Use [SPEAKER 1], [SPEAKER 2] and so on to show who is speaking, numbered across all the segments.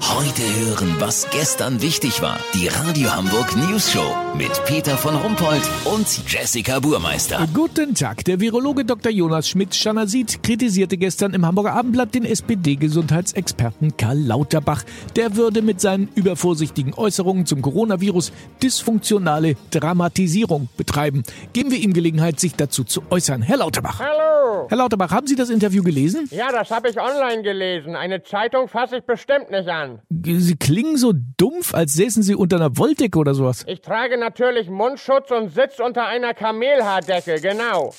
[SPEAKER 1] Heute hören, was gestern wichtig war. Die Radio Hamburg News Show mit Peter von Rumpold und Jessica Burmeister.
[SPEAKER 2] Guten Tag. Der Virologe Dr. Jonas Schmidt-Schanasit kritisierte gestern im Hamburger Abendblatt den SPD-Gesundheitsexperten Karl Lauterbach. Der würde mit seinen übervorsichtigen Äußerungen zum Coronavirus dysfunktionale Dramatisierung betreiben. Geben wir ihm Gelegenheit, sich dazu zu äußern. Herr Lauterbach.
[SPEAKER 3] Hallo!
[SPEAKER 2] Herr Lauterbach, haben Sie das Interview gelesen?
[SPEAKER 3] Ja, das habe ich online gelesen. Eine Zeitung fasse ich bestimmt nicht an.
[SPEAKER 2] Sie klingen so dumpf, als säßen Sie unter einer Wolldecke oder sowas.
[SPEAKER 3] Ich trage natürlich Mundschutz und sitze unter einer Kamelhaardecke, genau.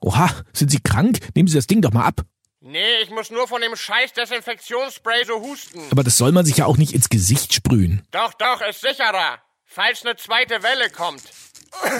[SPEAKER 2] Oha, sind Sie krank? Nehmen Sie das Ding doch mal ab.
[SPEAKER 3] Nee, ich muss nur von dem scheiß Desinfektionsspray so husten.
[SPEAKER 2] Aber das soll man sich ja auch nicht ins Gesicht sprühen.
[SPEAKER 3] Doch, doch, ist sicherer. Falls eine zweite Welle kommt.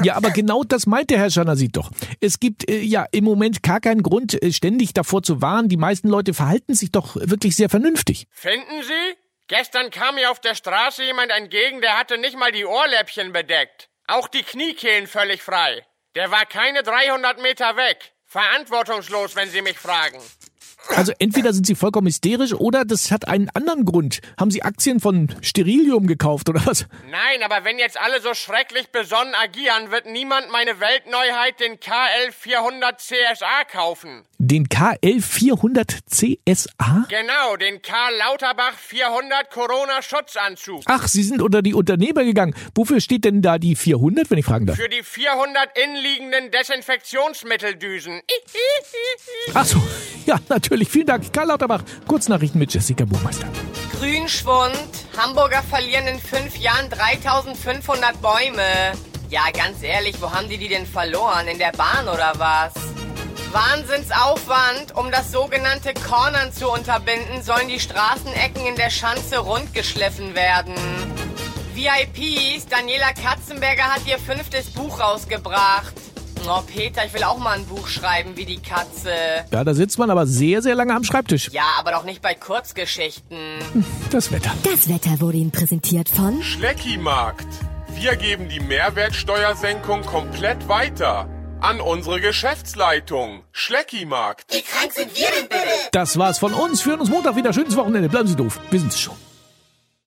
[SPEAKER 2] Ja, aber genau das meinte Herr Schanasit doch. Es gibt äh, ja im Moment gar keinen Grund, äh, ständig davor zu warnen. Die meisten Leute verhalten sich doch wirklich sehr vernünftig.
[SPEAKER 3] Finden Sie? Gestern kam mir auf der Straße jemand entgegen, der hatte nicht mal die Ohrläppchen bedeckt. Auch die Kniekehlen völlig frei. Der war keine 300 Meter weg. Verantwortungslos, wenn Sie mich fragen.
[SPEAKER 2] Also entweder sind sie vollkommen hysterisch oder das hat einen anderen Grund. Haben sie Aktien von Sterilium gekauft oder was?
[SPEAKER 3] Nein, aber wenn jetzt alle so schrecklich besonnen agieren, wird niemand meine Weltneuheit, den KL 400 CSA, kaufen.
[SPEAKER 2] Den KL400 CSA?
[SPEAKER 3] Genau, den Karl Lauterbach 400 Corona-Schutzanzug.
[SPEAKER 2] Ach, sie sind unter die Unternehmer gegangen. Wofür steht denn da die 400, wenn ich fragen darf?
[SPEAKER 3] Für die 400 innenliegenden Desinfektionsmitteldüsen.
[SPEAKER 2] Ach so, ja, natürlich. Vielen Dank, Karl Lauterbach. Kurznachrichten mit Jessica Burmeister.
[SPEAKER 4] Grünschwund. Hamburger verlieren in fünf Jahren 3500 Bäume. Ja, ganz ehrlich, wo haben die die denn verloren? In der Bahn oder was? Wahnsinnsaufwand. Um das sogenannte Cornern zu unterbinden, sollen die Straßenecken in der Schanze rundgeschliffen werden. VIPs. Daniela Katzenberger hat ihr fünftes Buch rausgebracht. Oh, Peter, ich will auch mal ein Buch schreiben wie die Katze.
[SPEAKER 2] Ja, da sitzt man aber sehr, sehr lange am Schreibtisch.
[SPEAKER 4] Ja, aber doch nicht bei Kurzgeschichten.
[SPEAKER 2] Das Wetter.
[SPEAKER 5] Das Wetter wurde Ihnen präsentiert von
[SPEAKER 6] Schlecki-Markt. Wir geben die Mehrwertsteuersenkung komplett weiter an unsere Geschäftsleitung. Schlecki-Markt.
[SPEAKER 2] Das war's von uns. Wir hören uns Montag wieder. Schönes Wochenende. Bleiben Sie doof. Wir sind's schon.